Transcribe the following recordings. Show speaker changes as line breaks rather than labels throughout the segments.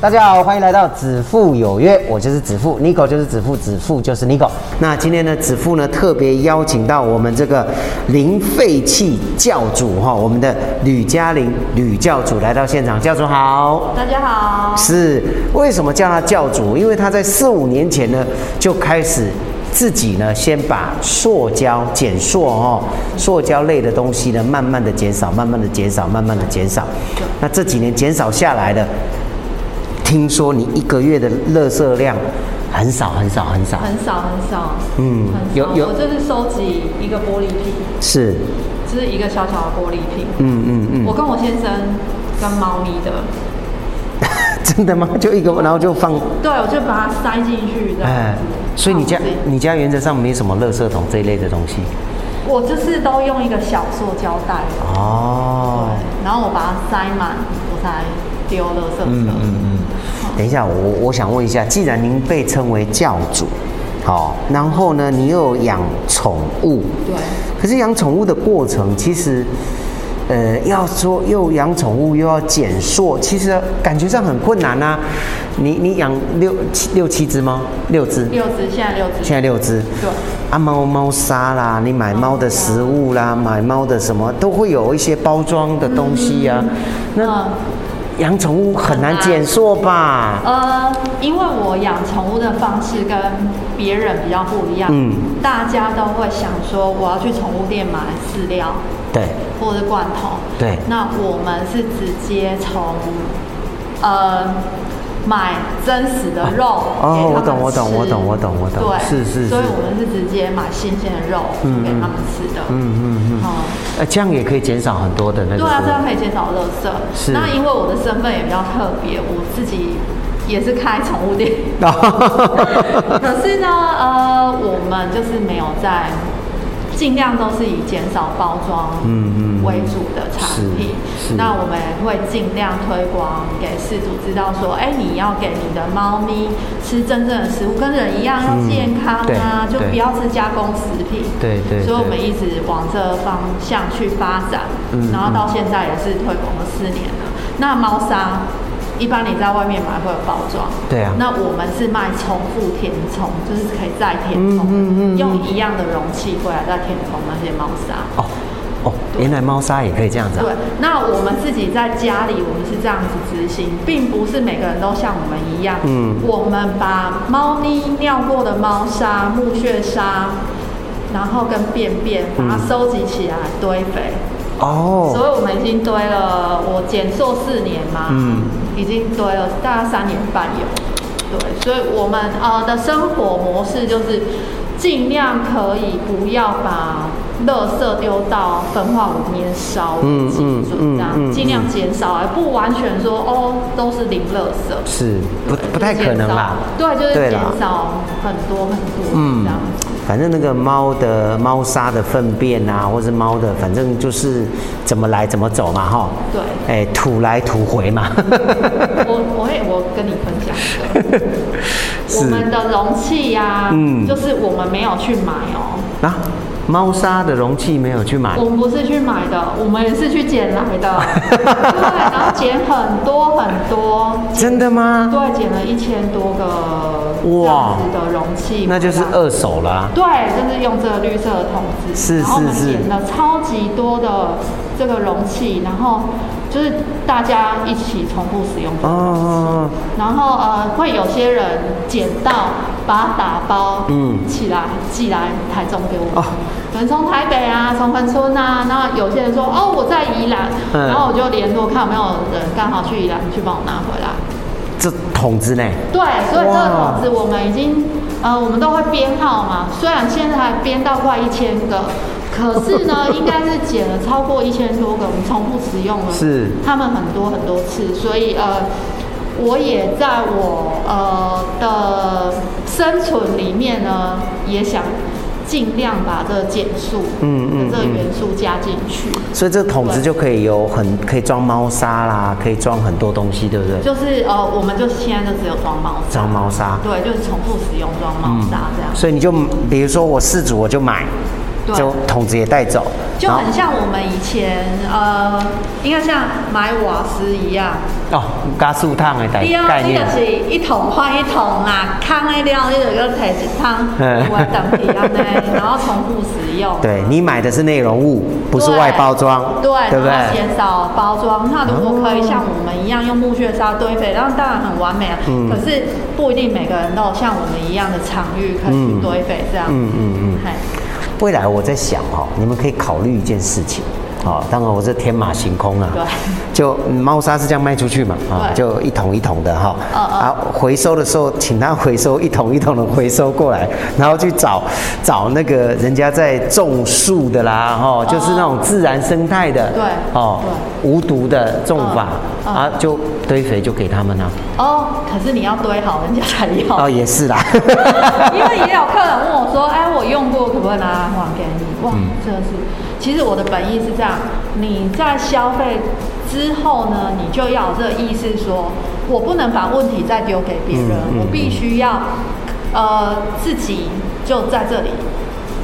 大家好，欢迎来到子父有约，我就是子父，Nico 就是子父，子父就是 Nico。那今天呢，子父呢特别邀请到我们这个零废弃教主哈，我们的吕嘉玲吕教主来到现场，教主好。
大家好，
是为什么叫他教主？因为他在四五年前呢就开始自己呢先把塑胶减塑哦，塑胶类的东西呢慢慢的减少，慢慢的减少，慢慢的减少。那这几年减少下来的，听说你一个月的垃圾量很少很少很少，
很少很少，
嗯
很少
有有
我这次收集一个玻璃瓶，
是，
只是一个小小的玻璃瓶。
嗯嗯
我
嗯，
跟我先生跟猫咪的，
真的吗？ 就一个，然后就放，
对，我就把它塞进去这样
哎
子。，
所以你家
放进去
你家原则上没什么垃圾桶这一类的东西
我就是都用一个小塑胶袋，
哦。
然后我把它塞满，我才丢垃圾车。
嗯等一下，我我想问一下，既然您被称为教主，好、然后呢，你又有养宠物，
对，
可是养宠物的过程，其实，呃，要说又养宠物又要减塑，其实感觉上很困难啊。你你养六七六七只吗？六只，
六只现在六只，
现在六只。
对
啊，猫猫砂啦，你买猫的食物啦，买猫的什么都会有一些包装的东西呀、啊。那
嗯
养宠物很难
很难
减塑吧？
呃，因为我养宠物的方式跟别人比较不一样，
嗯
大家都会想说我要去宠物店买饲料
对。
或者是罐头，
对
那我们是直接从呃买真实的肉
哦
给他们
我懂我懂
吃
我懂我懂我懂
对，
是是是
所以我们是直接买新鲜的肉
嗯
给他们吃的，
嗯嗯嗯，
哦
呃，这样也可以减少很多的那个。
对啊，这样可以减少垃圾。
是
那因为我的身份也比较特别，我自己也是开宠物店。啊可是呢，呃，我们就是没有在，尽量都是以减少包装
嗯嗯嗯
为主的产品。
嗯是是
那我们也会尽量推广给饲主知道说，哎、你要给你的猫咪吃真正的食物，跟人一样要
嗯
健康啊，
对
就
对
不要吃加工食品。
对对
所以我
对
们一直往这方向去发展，
嗯
然后到现在也是推广了四年了。那猫砂，一般你在外面买会有包装，
对啊
那我们是卖重复填充，就是可以再填
嗯
充，
嗯嗯嗯
用一样的容器回来再填充那些猫砂。
哦哦，原来猫砂也可以这样子啊
对。，那我们自己在家里，我们是这样子执行，并不是每个人都像我们一样。
嗯
我们把猫咪尿过的猫砂、木屑砂，然后跟便便，把
嗯
它收集起来堆肥。所
哦，
以我们已经堆了，我减瘦四年嘛，
嗯
已经堆了大概三年半有。对，所以我们呃的生活模式就是尽量可以不要把垃圾丢到焚化炉里面烧为
嗯
基
嗯
准，这
嗯嗯
样尽量减少，而不完全说哦都是零垃圾。
是不
对
不太可能啦。
就是减少对，就是
对
减
啦
少很多很多
嗯
这样子。
反正那个猫的猫砂的粪便啊，或是猫的，反正就是怎么来怎么走嘛，哈。
对
哎，土来土回 嘛。
我我也我跟你分享一个，我们的容器呀、
嗯
就是我们没有去买哦，
啊，猫砂的容器没有去买
我。们不是去买的，我们也是去捡来 的，对，然后捡很多很多，
真的吗？
对，啊捡了一千多个这
哇
样子的容器，
那就是二手啦、
对，就是用这个绿色的桶子，
是
然后我们
是是
捡了超级多的这个容器，然后就是大家一起重复使用这个容器。
哦，
然后呃，会有些人捡到，把它打包，
嗯
起来寄来台中给我们。
哦
有人从台北啊，从恒春啊，然后有些人说哦我在宜兰，
嗯
然后我就联络看有没有人刚好去宜兰去帮我拿回来。
这桶子呢？
对，所以这个
哇
桶子我们已经呃，我们都会编号嘛，虽然现在还编到快一千个。可是呢，应该是减了超过一千多个，我们重复使用了，
是
他们很多很多次，所以呃，我也在我呃的生存里面呢，也想尽量把这个减速，
嗯嗯
这个
嗯
元素加进去，
所以这桶子就可以有很可以装猫砂啦，可以装很多东西，对不对？
就是呃，我们就现在就只有装猫砂，
装猫砂
对，就是重复使用装猫砂这样。
所以你就比如说我四组我就买，
对
就桶子也带走，
就
然后
很像我们以前呃，应该像买瓦斯一样，
哦，加速烫的概
你哦，
哎概
你
念
就。是一桶换一桶啦，空的了你就搁摕 一桶
嗯
我等皮安尼，然后重复使用。
对你买的是内容物，不是
对
外包装，
对，
对不
然后
对？
减少包装。那如果可以像我们一样用木屑沙堆肥，那当然很完美啊。
嗯
可是不一定每个人都有像我们一样的场域可以去堆肥这样。
嗯嗯嗯
嗨
未来我在想哈、哦，你们可以考虑一件事情，哦，当然我这天马行空啊，
对
就猫砂是这样卖出去嘛，啊，
对
就一桶一桶的哈、
嗯嗯
啊，回收的时候请他回收一桶一桶的回收过来，然后去找找那个人家在种树的啦，哈、哦，就是那种自然生态的，
对
哦，无毒的种法、
嗯嗯
啊，就堆肥就给他们啊，
哦，可是你要堆好，人家才要。
哦，也是 啦，
因为也有客人问我说：“哎，我用过，可不可以拿来还给你？”哇，
嗯
真的是，其实我的本意是这样，你在消费之后呢，你就要有这个意识说，我不能把问题再丢给别人，
嗯嗯
我必须要呃自己就在这里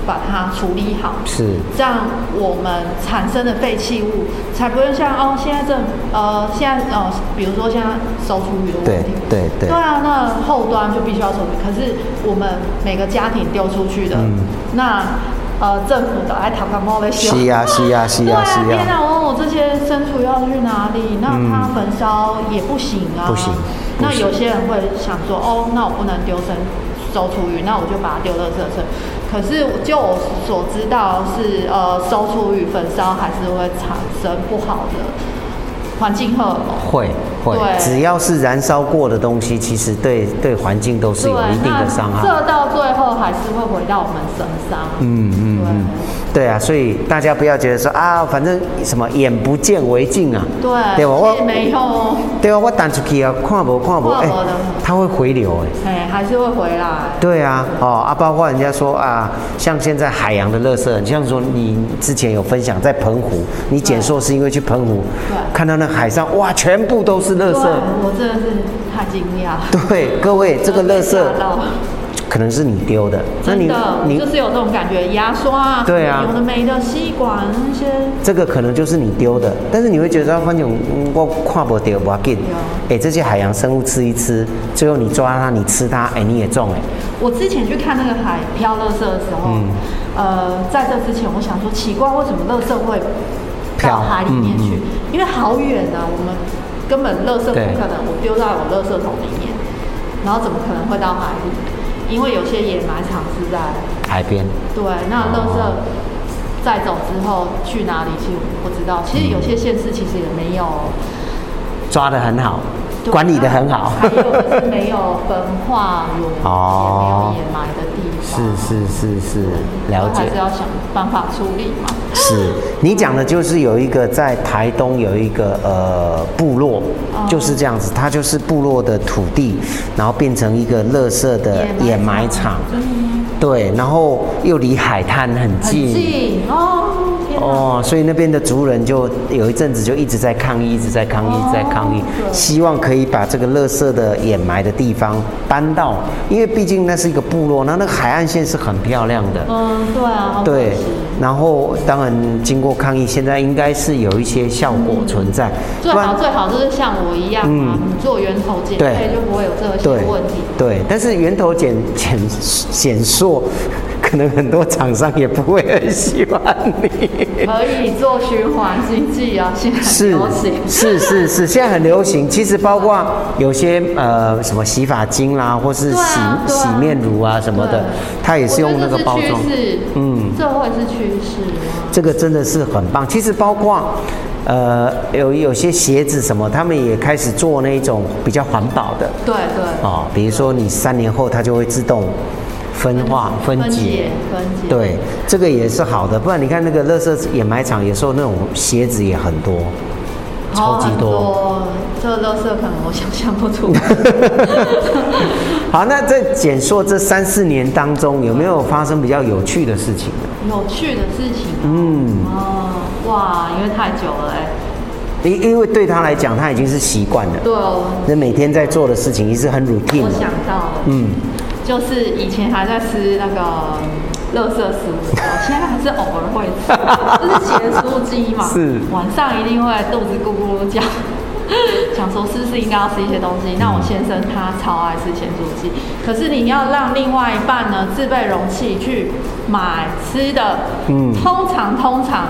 把它处理好。
是
这样我们产生的废弃物才不会像哦，现在这呃，现在呃，比如说现在收出鱼的问题，
对对对
对啊，那后端就必须要处理。可是我们每个家庭丢出去的，
嗯
那呃，政府的爱糖糖猫的修，
是啊是啊是啊
对啊，
是啊嗯
天哪，我问我这些牲畜要去哪里？那它焚烧也不行啊，
不行
那
不行
有些人会想说，哦，那我不能丢生收厨余，那我就把它丢垃圾车。可是就我所知道是，呃，收厨余焚烧还是会产生不好的环境荷尔蒙。
会会，
对
只要是燃烧过的东西，其实对对环境都是有一定的伤害。
这到最后还是会回到我们身上。
嗯嗯嗯，对啊，所以大家不要觉得说啊，反正什么眼不见为净啊，
对，对，
对吧？
所以
我
没用，
对啊，我弹出去啊，看不看不，
看
哎、
无的
它会回流哎、
哎，还是会回来。
对啊，哦啊，包括人家说啊，像现在海洋的垃圾，你像说你之前有分享在澎湖，你减塑是因为去澎湖
对
看到那海上哇，全部都是垃
对，
圾。
我真的是太惊讶。
对，各位，这个垃圾
真的被吓到
可能是你丢的，那
真
你
的，
你
就是有这种感觉，牙刷啊，
对啊
有的没的，吸管那些，
这个可能就是你丢的，但是你会觉得反正嗯我看不丢不要紧，哎、这些海洋生物吃一吃，最后你抓它，你吃它，哎、你也中哎、
我之前去看那个海漂垃圾的时候，
嗯
呃，在这之前我想说奇怪，为什么垃圾会
漂
到海里面去？
嗯
因为好远啊，我们根本垃圾不
对
可能我丢在我垃圾桶里面，然后怎么可能会到海里？因为有些掩埋场是在
海边，
对，那垃圾再走之后去哪里去？我不知道。其实有些县市其实也没有。哦
抓得很好，
对啊
管理得很好。
还有就是没有焚化炉，
哦
也没有掩埋的地 方，
是是是是，了
都
解
还。是要想办法处理嘛。
是你讲的，就是有一个在台东有一个呃部落，
哦
就是这样子，它就是部落的土地，然后变成一个垃圾的掩
掩
埋
埋
场
场，嗯
对，然后又离海滩很
很近啊哦，天哪！
哦，所以那边的族人就有一阵子就一直在抗议，一直在抗议，一直在抗议，
哦对
希望可以把这个垃圾的掩埋的地方搬到，因为毕竟那是一个部落，那那个海岸线是很漂亮的。
嗯，对啊，好可
对
惜，
然后当然经过抗议，现在应该是有一些效果存在，
最
不然
好最好就是像我一样啊，
嗯
你做源头减
对
配就不会有这些
对
问题。
对，但是源头减减减塑可能很多厂商也不会很喜欢你。
可以做循环经济啊，现在很
是
流行。
是是是，现在很流行。其实包括有些呃什么洗发精啦，或是
对
洗、
啊对啊
洗面乳啊什么的
对，
它也是用那个包装
我。觉得这是趋势，
嗯
嗯，这会是趋势啊。
这个真的是很棒。其实包括呃有有些鞋子什么，他们也开始做那种比较环保的
对对，
哦，比如说你三年后它就会自动分化分
分
解
解。分解，
对，这个也是好的，不然你看那个乐色掩埋场，有时候那种鞋子也很多，
然后
超级
哦很多。哦这乐色可能我想象不 出来。
好，那在简硕这三四年当中，有没有发生比较有趣的事情？
有趣的事情、啊，
嗯
哦，哇，因为太久了哎、
因因为对他来讲，他已经是习惯了，
对哦，
那每天在做的事情也是很 routine
我
的
想。到了，
嗯，
就是以前还在吃那个乐色食物的时候，现在还是偶尔会吃，就是咸酥鸡嘛，
是
晚上一定会肚子咕咕叫。 想说是不是应该要吃一些东西？那我先生他超爱吃咸酥鸡，可是你要让另外一半呢自备容器去买吃的，
嗯
通常通常，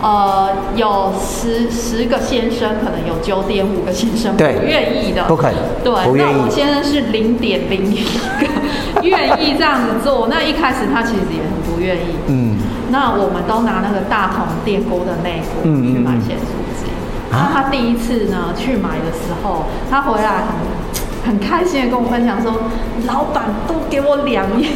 呃，有十十个先生，可能有九点五个先生不
对
愿意的，
不肯
对，
不愿意
那我先生是零点零一个愿意这样子做。那一开始他其实也很不愿意。
嗯，
那我们都拿那个大桶电锅的内锅
嗯嗯
去买
嗯
咸酥鸡。
啊
那他第一次呢去买的时候，他回来很很开心的跟我分享说：“老板都给我两样。”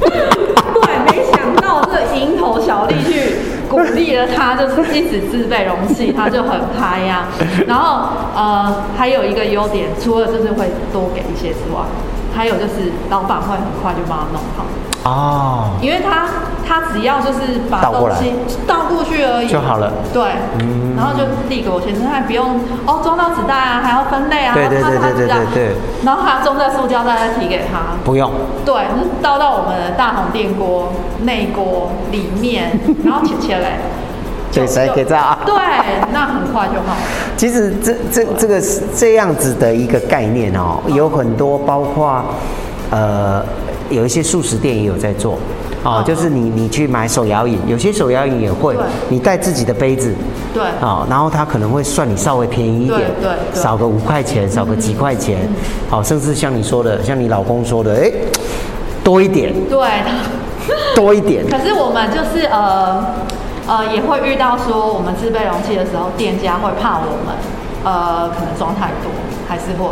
对，没想到这蝇头小利去鼓励了他，就是一直自备容器，他就很嗨呀、然后呃，还有一个优点，除了就是会多给一些之外，还有就是老板会很快就帮他弄好。
哦，
因为他他只要就是把
倒过
东
来
西嗯倒过去而已
就好了
对，
嗯
然后就递给我先生，他也不用哦装到纸袋啊，还要分类啊，
对对
然后
对
他
对对
他知道
对对
然后他装在塑胶袋再提给他，
不用，
对，就是倒到我们的大红电锅内锅里面，然后切切嘞，
对
就
谁
就
给这啊
对，那很快就好了，
其实这这这个是这样子的一个概念哦，有很多包括呃有一些素食店也有在做。哦，就是你你去买手摇饮，有些手摇饮也会
嗯对，
你带自己的杯子，
对
哦，然后他可能会算你稍微便宜一点，
对对对嗯
少个五块钱，少个几块钱，好、甚至像你说的，像你老公说的，哎，多一点，
对。
多一 点，
可是我们就是呃呃也会遇到说，我们自备容器的时候，店家会怕我们呃可能装太多，还是会。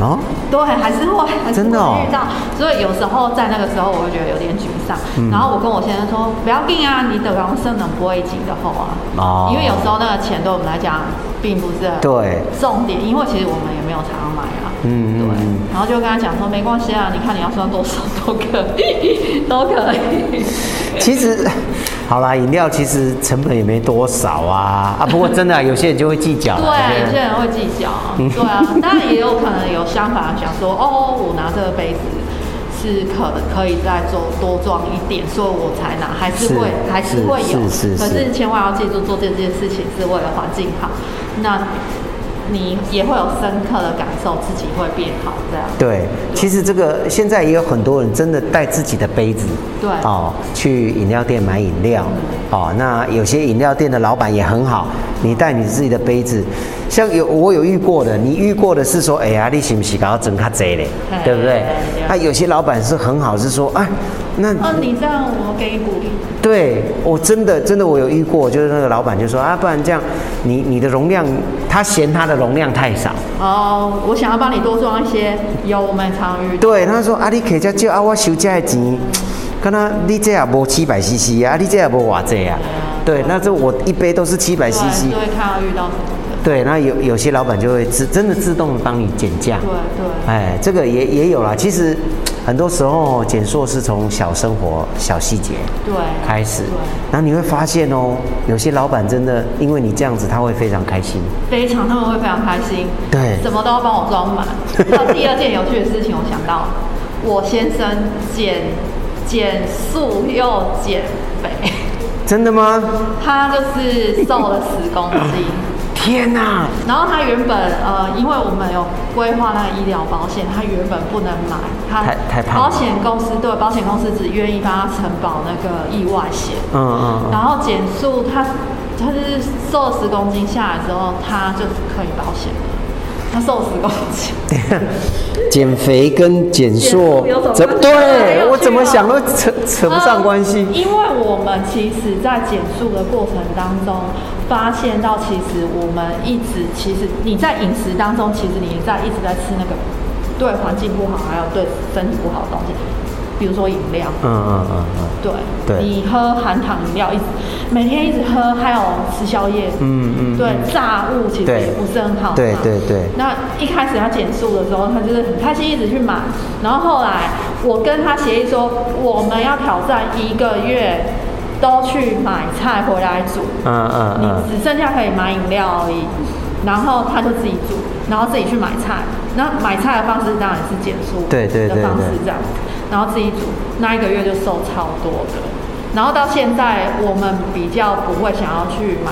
哦，
对，还是会，还是
真的哦
会遇到，所以有时候在那个时候，我会觉得有点沮丧。
嗯
然后我跟我先生说，不要紧啊，你等完生能不会紧的后啊，
哦
因为有时候那个钱对我们来讲并不是很
对
重点，因为其实我们也没有常常买啊，
嗯
对
嗯嗯。
然后就跟他讲说，没关系啊，你看你要算多少都可以， 都可以。
其实， 好啦，饮料其实成本也没多少啊啊！不过真的啊、有些人就会计较啦，
对，
不
有些人会计 较啊，对啊，当然也有可能有相反的想说，哦，我拿这个杯子是可能可以再做多装一点，所以我才拿，还是会
是
还是会有，
是是是
可是千万要记住，做这件事情是为了环境好，那你也会有深刻的感受，自己会变好这样。
对，其实这个现在也有很多人真的带自己的杯子，
对
哦，去饮料店买饮料，哦，那有些饮料店的老板也很好，你带你自己的杯子，像有我有遇过的，你遇过的是说，哎呀，你是不是搞要整卡贼嘞，
嘿
对不对？
对
啊，有些老板是很好，是说，哎，那
哦，你这样我给你鼓励，
对我真的真的我有遇过，就是那个老板就说啊，不然这样，你你的容量，他嫌他的容量太少，
哦，我想要帮你多装一些，有我们也常遇到。
对，他说啊，你客家少啊，我收这的钱，看他你这也无七百 CC 啊，啊你这也无偌济啊，对，那这我一杯都是七百
对，
CC，
就会看到遇到什么的。
对，那有有些老板就会自真的自动帮你减价，
对对
哎，这个也也有啦，其实很多时候减塑是从小生活小细节。
对，
开始
对，
然后你会发现哦，有些老板真的因为你这样子，他会非常开心。
非常，他们会非常开心，
对
什么都要帮我 装满。还有第二件有趣的事情，我想到我先生减减速又减肥，
真的吗？
他就是瘦了十公斤，
天哪！
然后它原本呃，因为我们有规划那个医疗保险，它原本不能买，它
太太胖了
保险公司对保险公司只愿意帮他承保那个意外险，
嗯嗯嗯，
然后减速它它是瘦十公斤下来之后，它就是可以保险的，它瘦十公斤，
减肥跟减塑
减塑有什么
怎
关系没有趣
对
哦
我怎么想都扯扯不上关系
呃。因为我们其实，在减速的过程当中，发现到其实我们一直，其实你在饮食当中，其实你在一直在吃那个对环境不好，还有对身体不好的东西，比如说饮料，
嗯嗯嗯嗯，
对，
对
你喝含糖饮料，一直每天一直喝，还有吃宵夜，
嗯嗯
对
嗯，
炸物其实
对
也不是很好嘛，
对对对
那一开始他减速的时候，他就是很开心，一直去买。然后后来我跟他协议说，我们要挑战一个月都去买菜回来煮，
嗯嗯嗯
你只剩下可以买饮料而已。然后他就自己煮，然后自己去买菜。那买菜的方式当然是减速
对对
的
对
方式
对
这样子，然后自己煮，那一个月就瘦超多的。然后到现在，我们比较不会想要去买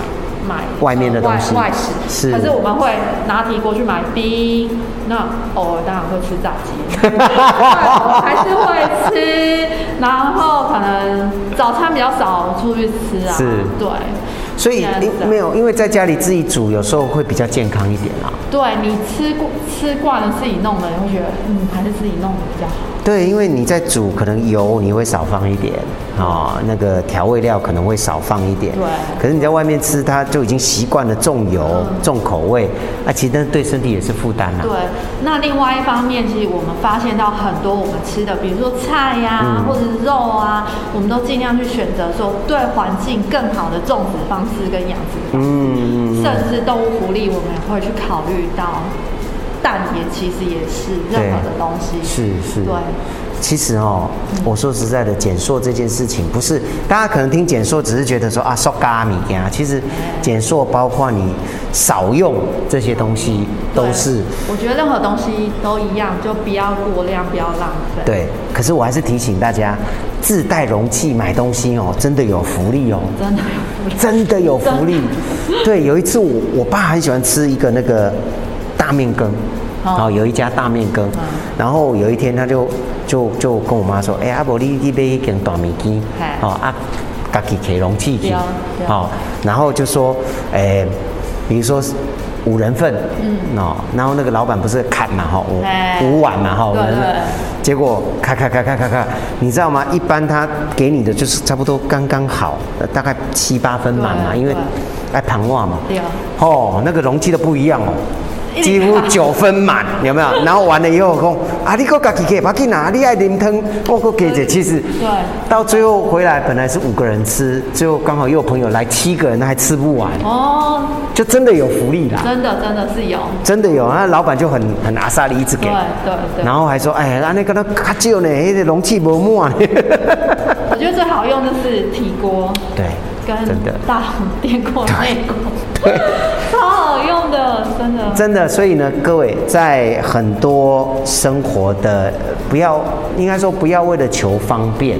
买
外面的
呃
东西
外外食，
是
可是我们会拿提锅去买冰，那偶尔当然会吃炸 鸡，对我还是会吃，然后可能早餐比较少出去吃啊，
是
对，
所以
这样子啊
没有，因为在家里自己煮，有时候会比较健康一点啦。
对你吃过吃惯了自己弄的，你会觉得嗯，还是自己弄的比较好。
对，因为你在煮，可能油你会少放一点啊、那个调味料可能会少放一点。
对嗯
可是你在外面吃，它就已经习惯了重油、重口味，啊，其实那对身体也是负担啊啦。
对，那另外一方面，其实我们发现到很多我们吃的，比如说菜呀、
嗯
或者是肉啊，我们都尽量去选择说对环境更好的种植方式跟养殖方式，
嗯嗯嗯
甚至动物福利，我们也会去考虑到。蛋也其实也是任何的东西，
嗯是是。
对，嗯
其实哦，我说实在的，减塑这件事情不是大家可能听减塑只是觉得说啊，塑嘎米呀，其实减塑包括你少用这些东西都
对
是。
我觉得任何东西都一样，就不要过量，不要浪费。
对，可是我还是提醒大家，自带容器买东西哦，真的有福利哦，
真的有福利
真的有福利。对，有一次我我爸很喜欢吃一个那个大面羹，
哦
然后有一家大面羹，然后有一天他就就就跟我妈说，哎、阿伯你你买一根大面羹，
嘿
哦啊，家己摕容器去
对啊，对啊
哦，然后就说，哎、比如说。五人份，嗯，哦，然后那个老板不是砍嘛，哈，
哎
五五碗嘛，哈，五
对
人份
对，
结果咔咔咔咔咔咔，你知道吗？一般他给你的就是差不多刚刚好，呃大概七八分满嘛，
对
因为
对
爱盘袜嘛。
对啊
哦，那个容器都不一样哦，几乎九分 满，有没有？然后完了以后讲啊，你够自己给，把紧拿，啊你爱淋汤，我够给姐。其实
对
到最后回来本来是五个人吃，最后刚好又有朋友来七个人，那还吃不完，
哦，
就真的有福利啦。
真的真的是有，
真的有，那老板就很很阿萨里一直给
对，对对。
然后还说，哎，安尼跟他较少呢，迄个容器无满呢。
我觉得最好用就是铁锅，
对
跟
真的
大红电锅、内锅， 超好用的，真的。
真的，所以呢，各位在很多生活的，呃不要应该说不要为了求方便，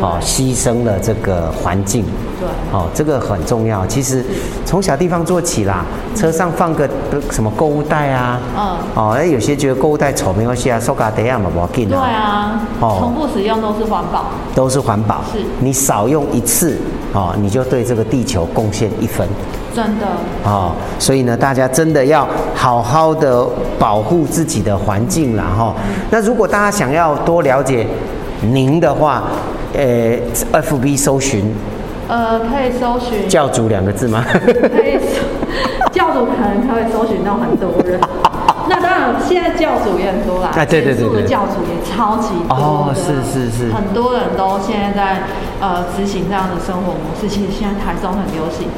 哦，牺牲了这个环境。
对
哦，这个很重要。其实从小地方做起啦，车上放个呃什么购物袋啊，
嗯
哦，那有些觉得购物袋丑没关系啊，收嘎得亚嘛，不要紧
对啊，
哦
重复使用都是环保。
都是环保。
是
你少用一次，哦，你就对这个地球贡献一分。
真的，
哦，所以呢，大家真的要好好的保护自己的环境啦，哈、那如果大家想要多了解您的话，呃，FB 搜寻
呃，可以搜
“
寻
教主”两个字 吗？
可以搜教主可能可以搜寻到很多 人。那当然，现在教主也很多啦，
啊对对对对
减速的教主也超级多的
哦是是是
很多人都现在在呃执行这样的生活模式。其实现在台中很流行，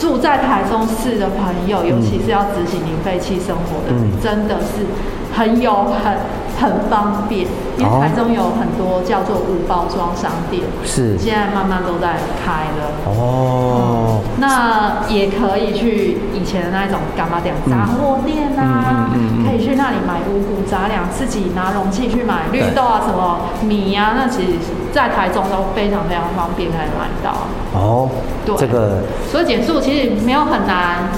住在台中市的朋友，尤其是要执行零废弃生活的，
嗯
真的是很有很很方便，因为
哦
台中有很多叫做无包装商店，
是
现在慢慢都在开了。
哦，
那也可以去以前的那一种干嘛
嗯
店、杂货店啊，可以去那里买五谷杂粮，自己拿容器去买绿豆啊、什么米啊，那其实在台中都非常非常方便可以买到。
哦
对，
这个
所以减速其实没有很难，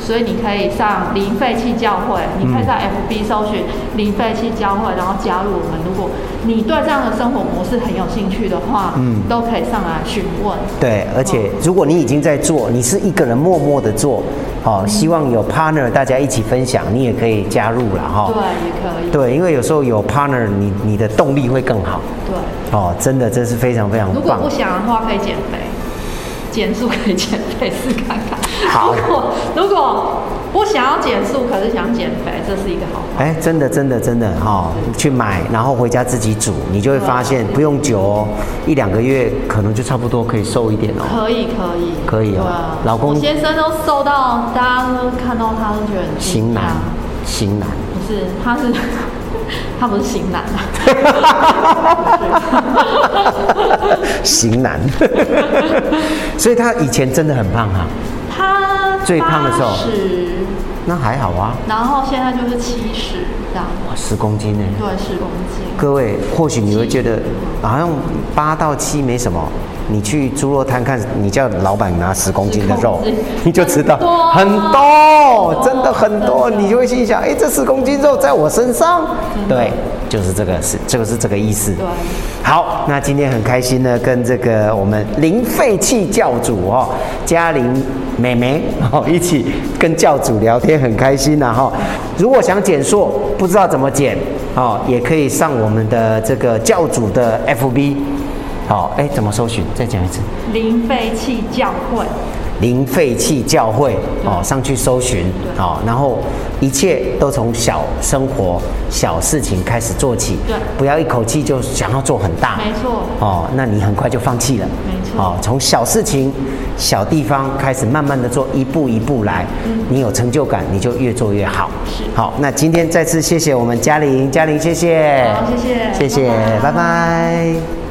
所以你可以上零废弃教会，你可以
嗯
在 FB 搜寻零废弃教会，然后加入我们。如果你对这样的生活模式很有兴趣的话，
嗯
都可以上来询问。
对，而
哦
且如果你已经在做，你是一个人默默的做，
嗯
哦，希望有 partner 大家一起分享，你也可以加入哦了哈。
对，也可以。
对，因为有时候有 partner，你你的动力会更好。
对，
哦，真的，这是非常非常
如果
棒
不。想的话，可以减肥，减速可以减肥试看看。
好
如果如果不想要减速，可是想减肥，这是一个好。
哎，真的，真的，真的哈、哦，去买，然后回家自己煮，你就会发现不用久哦，一两个月可能就差不多可以瘦一点哦。
可以啊可
可
以
以哦
对啊
老公
我先生都瘦到大家都看到他都觉得很惊
型
讶
男，型男，
不是他是 他不是型男啊，
型 男，所以他以前真的很胖哈、啊
他
最胖的时候
十，
那还好啊，
然后现在就是七十这样，
十公斤呢。
对，十公斤。
各位，或许你会觉得好像八到七没什么，你去猪肉摊看，你叫老板拿十公斤的肉
10公斤，
你就知道很
很
多
多啊，
真的很多，
真的
你就会心想，哎，这十公斤肉在我身上，对，就是这个是，就是这个意思。
对
好，那今天很开心呢，跟这个我们零废弃教主哦，嘉玲妹妹哦，一起跟教主聊天，很开心呐、哈、如果想减塑，不知道怎么减哦，也可以上我们的这个教主的 FB。好、哎，怎么搜寻？再讲一次，
零废弃教会，
零废弃教会哦，上去搜寻哦，然后一切都从小生活、小事情开始做起，
对
不要一口气就想要做很大，
没错
哦，那你很快就放弃了。
没错
哦，从小事情、小地方开始，慢慢的做，一步一步来，你有成就感，你就越做越好。
嗯是
好，那今天再次谢谢我们嘉玲，嘉玲谢谢
好，
谢
谢谢
谢，拜
拜拜
拜